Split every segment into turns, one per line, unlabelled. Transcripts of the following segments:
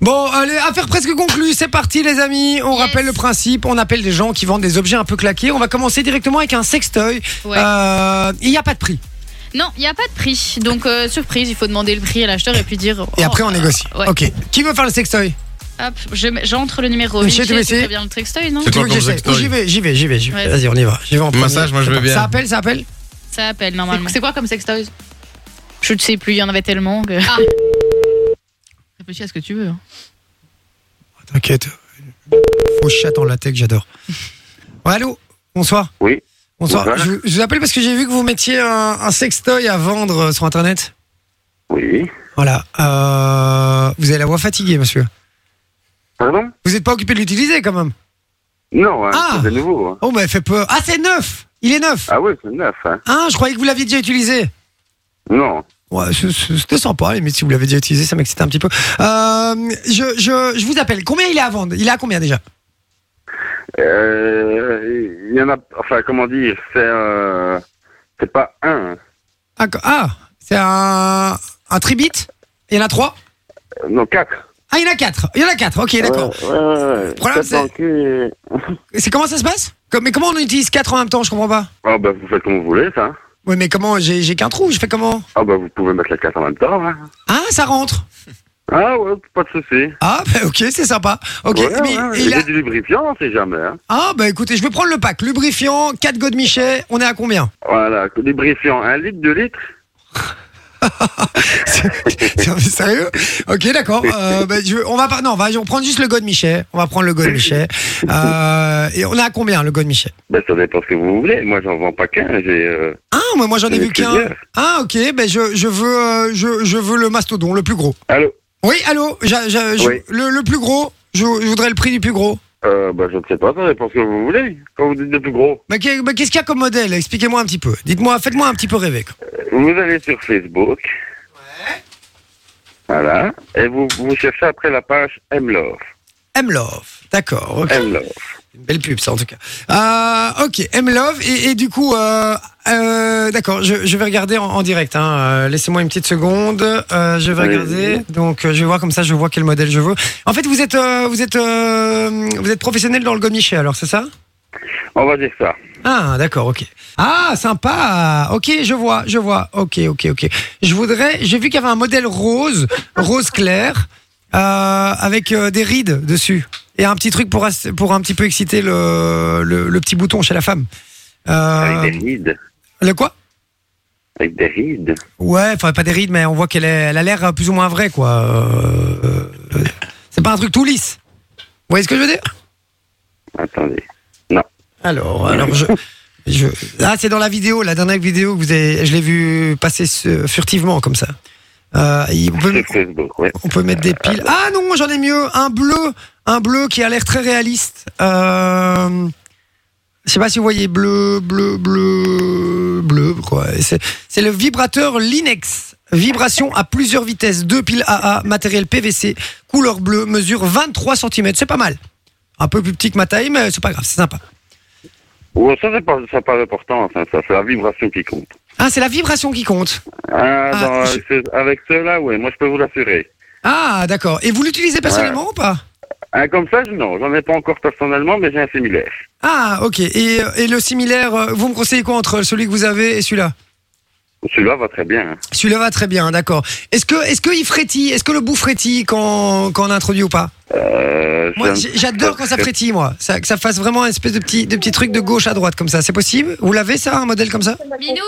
Bon, allez, affaire presque conclue, c'est parti les amis. On rappelle le principe, on appelle des gens qui vendent des objets un peu claqués. On va commencer directement avec un sextoy.
Ouais.
Euh, Il n'y a pas de prix.
Non, il n'y a pas de prix. Donc, euh, surprise, il faut demander le prix à l'acheteur et puis dire.
Et
oh,
après on
euh,
négocie.
ouais.
Ok. Qui veut faire le sextoy
Hop, je- j'entre le numéro.
Chez
Vinci,
TBC.
c'est très bien le Trextoy, non
Tu
quoi
veux que
comme
j'essaie
sextoy
J'y vais, j'y vais, j'y vais. j'y vais.
Vas-y.
Vas-y, on y va. J'y vais en premier.
Massage, moi, je veux bien.
Ça appelle, ça appelle
Ça appelle normalement.
C'est quoi comme sextoys
Je ne sais plus, il y en avait tellement que.
Ah, Réfléchis à ce que tu veux. hein.
Oh,
T'inquiète. Faux chat en latex, j'adore. Ouais, allô Bonsoir.
Oui.
Bonsoir.
Bonsoir.
Je, je vous appelle parce que j'ai vu que vous mettiez un, un sextoy à vendre euh, sur internet.
Oui.
Voilà. Euh, vous avez la voix fatiguée, monsieur.
Pardon
Vous n'êtes pas occupé de l'utiliser quand même
Non, hein,
Ah.
c'est de nouveau. hein.
Oh, bah, elle fait peur. Ah, c'est neuf Il est neuf
Ah oui, c'est neuf. Hein.
Hein, je croyais que vous l'aviez déjà utilisé.
Non.
Ouais, c'est- c'est- c'était sympa, mais si vous l'avez déjà utilisé, ça m'excitait un petit peu. Euh, je, je, je vous appelle. Combien il est à vendre Il est à combien déjà
Euh, Il y en a. Enfin, comment dire C'est. Euh, c'est pas un.
Ah, co- Ah, c'est un, un tribit Il y en a trois
Euh, Non, quatre.
Ah, il y en a quatre. Il y en a quatre. Ok, Eh, d'accord.
Ouais, ouais,
problème,
ouais. Quatre
c'est-
dans le cul et-
C'est comment ça se passe Comme- Mais comment on utilise quatre en même temps Je comprends pas.
Ah, bah, vous faites comme vous voulez, ça.
Ouais, mais comment J'ai j'ai qu'un trou. Je fais comment
Ah, bah, vous pouvez mettre la carte en même temps. Hein.
Ah, ça rentre.
Ah, ouais, pas de souci.
Ah, bah, ok, c'est sympa. Ok,
Ouais,
mais
ouais.
il
J'ai
a-
du lubrifiant, on sait jamais. Hein.
Ah, bah écoutez, je vais prendre le pack. Lubrifiant, 4 godemichets. On est à combien
Voilà, lubrifiant, un litre, deux litres.
Non, mais Sérieux Ok, d'accord. Euh, bah, je- on va pas. Non, on va on prend juste le godemichet. On va prendre le godemichet. Euh, et on est à combien le godemichet
Ben, ça dépend ce que vous voulez. Moi, j'en vends pas qu'un. J'ai. Euh,
Ah, mais moi j'en ai
j'en ai
vu qu'un.
plusieurs.
Ah, ok. Ben je, je veux euh, je, je veux le mastodon, le plus gros.
Allô
Oui, allô. j'a- j'a- je-
Oui.
Le, le plus gros. Je, je voudrais le prix du plus gros.
euh, ben, je ne sais pas, ça dépend ce que vous voulez. Quand vous dites le plus gros.
Mais Bah, qu'est- mais qu'est-ce qu'il y a comme modèle Expliquez-moi un petit peu. Dites-moi, faites-moi un petit peu rêver. quoi.
Vous allez sur Facebook. Voilà. Et vous, vous cherchez après la page M-Love.
M-Love. D'accord. ok.
M-Love.
Une belle pub, ça, en tout cas. Euh, ok, M-Love. Et, et du coup, euh, euh, d'accord, je, je vais regarder en, en direct. Hein. Euh, Laissez-moi une petite seconde. Euh, je vais
Oui.
regarder. Donc, euh, je vais voir comme ça, je vois quel modèle je veux. En fait, vous êtes, euh, vous êtes, euh, vous êtes professionnel dans le gomichet, alors, c'est ça
On va dire ça.
Ah, d'accord, ok. Ah, sympa. Ok, je vois, je vois. Ok, ok, ok. Je voudrais. J'ai vu qu'il y avait un modèle rose, rose clair, euh, avec euh, des rides dessus et un petit truc pour ass- pour un petit peu exciter le le, le petit bouton chez la femme. Euh,
Avec des rides.
le quoi
Avec des rides.
Ouais, enfin pas des rides, mais on voit qu'elle est- elle a l'air euh, plus ou moins vraie, quoi. Euh, euh, c'est pas un truc tout lisse. Vous voyez ce que je veux dire
Attendez.
Alors, alors je. je... Ah, c'est dans la vidéo, la dernière vidéo que vous avez. Je l'ai vu passer ce- furtivement comme ça. Euh, il- on, peut,
Sur Facebook, ouais.
on peut mettre des piles. Ah non, j'en ai mieux. Un bleu, un bleu qui a l'air très réaliste. Euh, je sais pas si vous voyez bleu, bleu, bleu, bleu. Quoi. Et C'est c'est le vibrateur Linex. Vibration à plusieurs vitesses, deux piles AA, matériel PVC, couleur bleue, mesure 23 cm. C'est pas mal. Un peu plus petit que ma taille, mais c'est pas grave, c'est sympa.
Ouais, ça, c'est pas, ça n'a pas d'importance. hein, ça, c'est la vibration qui compte.
Ah, c'est la vibration qui compte.
Ah,
Ah,
dans-
je-
c'est- Avec ceux-là, ouais. Moi, je peux vous l'assurer.
Ah, d'accord. Et vous l'utilisez personnellement ou pas
Hein, comme ça, je- non. J'en ai pas encore personnellement, mais j'ai un similaire.
Ah, ok. Et, et le similaire, euh, vous me conseillez quoi entre celui que vous avez et celui-là
Celui-là va très bien. hein.
Celui-là va très bien, d'accord. Est-ce que, est-ce que il frétille Est-ce que le bout frétille quand, quand on introduit ou pas
Euh,
Moi,
c'est un-
j'ai- j'adore quand ça frétille, moi. Ça, que ça fasse vraiment un espèce de petit, de petit truc de gauche à droite comme ça. C'est possible Vous l'avez ça, un modèle comme ça
Minou,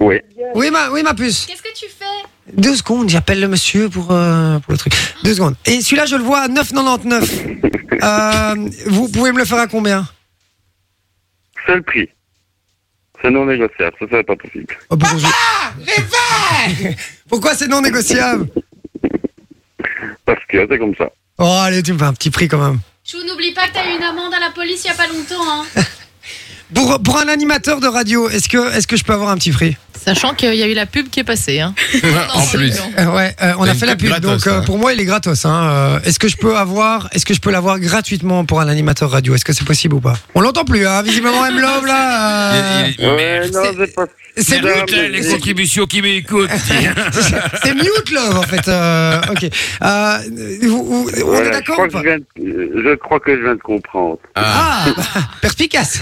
Oui.
Oui, ma, oui, ma puce.
qu'est-ce que tu fais
Deux secondes, j'appelle le monsieur pour, euh, pour le truc. Deux secondes. Et celui-là, je le vois à 9,99. Euh, vous pouvez me le faire à combien
Seul prix. C'est non négociable. Ça, c'est pas possible.
Oh, pourquoi je- Pourquoi c'est non négociable
Parce que c'est comme ça.
Oh, allez, tu me fais un petit prix quand même.
Chou, n'oublie pas que t'as eu une amende à la police il y a pas longtemps. Hein.
Pour, pour un animateur de radio, est-ce que, est que je peux avoir un petit prix
Sachant qu'il y a eu la pub qui est passée. hein.
en plus.
Euh, Ouais, euh, on
T'as
a
une
fait la pub,
pub gratos,
donc euh,
hein.
pour moi, il est gratos. Hein. Euh, est-ce que je peux avoir, est-ce que je peux l'avoir gratuitement pour un animateur radio Est-ce que c'est possible ou pas On l'entend plus, hein, visiblement, M Love là. euh,
Il- il-
Ouais, non, c'est pas,
C'est
Merde.
mute.
Putain,
Putain,
mais-
les contributions qui m'écoutent.
C'est mute, love, en fait. Euh, ok. Euh, vous- vous- on
Voilà,
est
je,
d'accord
crois
ou
que
pas
je, viens de- euh, je crois que je viens de comprendre.
Ah.
Ah, perspicace.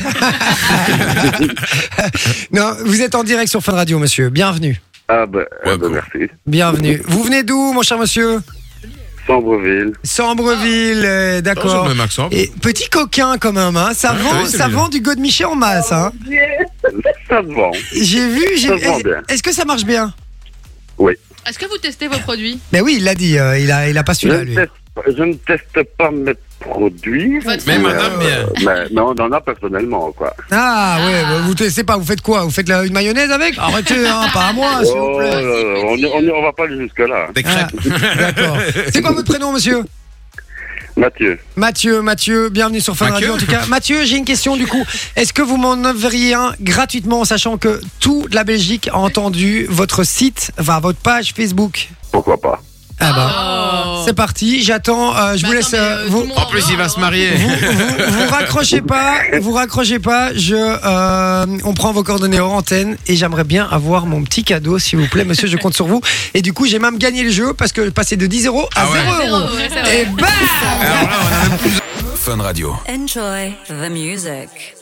non, vous êtes en direct sur Fun Radio, monsieur. Bienvenue.
Ah bah, ah
Ouais,
bah,
bon.
merci.
Bienvenue. Vous venez d'où, mon cher monsieur
Sambreville.
Sambreville, euh,
Bonjour,
d'accord.
même accent.
Et petit coquin quand même, hein. ça,
Ouais,
vend,
ouais, c'est
ça
bien.
vend du godemiché en masse. Hein.
Ça se vend.
J'ai vu, j'ai
Ça vend
est-
bien.
Est-ce que ça marche bien
Est-ce que vous testez vos produits
Ben oui, il l'a dit, euh, il, a, il a pas
Je
celui-là,
ne,
lui.
teste, je ne teste pas mes produits.
Votre
Mais
Mais,
madame, bien.
euh, mais, mais on en a personnellement, quoi.
Ah, ouais, bah, vous testez pas, vous faites quoi Vous faites la- une mayonnaise avec Arrêtez, hein, pas à moi, s'il vous
Oh,
plaît.
là là, on y- on y- on va pas aller jusque-là.
Des
Ah,
crêpes.
D'accord. C'est quoi votre prénom, monsieur
hein. Mathieu,
Mathieu, Mathieu, bienvenue sur Fun
Mathieu
Radio en tout cas. Mathieu, j'ai une question du coup. Est-ce que vous m'en offriez un gratuitement en sachant que toute la Belgique a entendu votre site, enfin votre page Facebook
pourquoi pas
Ah bah,
Oh.
c'est parti, j'attends, euh, je
Bah
vous
attends,
laisse...
mais,
euh,
euh, tout
vous,
le monde
Ah. En plus, il va se marier.
vous, vous- vous raccrochez pas, vous raccrochez pas, je, euh, on prend vos coordonnées hors antenne et j'aimerais bien avoir mon petit cadeau s'il vous plaît monsieur, je compte sur vous. Et du coup j'ai même gagné le jeu parce que je passais de 10 euros à
Ah
0
ouais.
euros.
Ouais, c'est vrai.
Et bam
Alors là, on a même plus- Fun Radio.
Enjoy the music.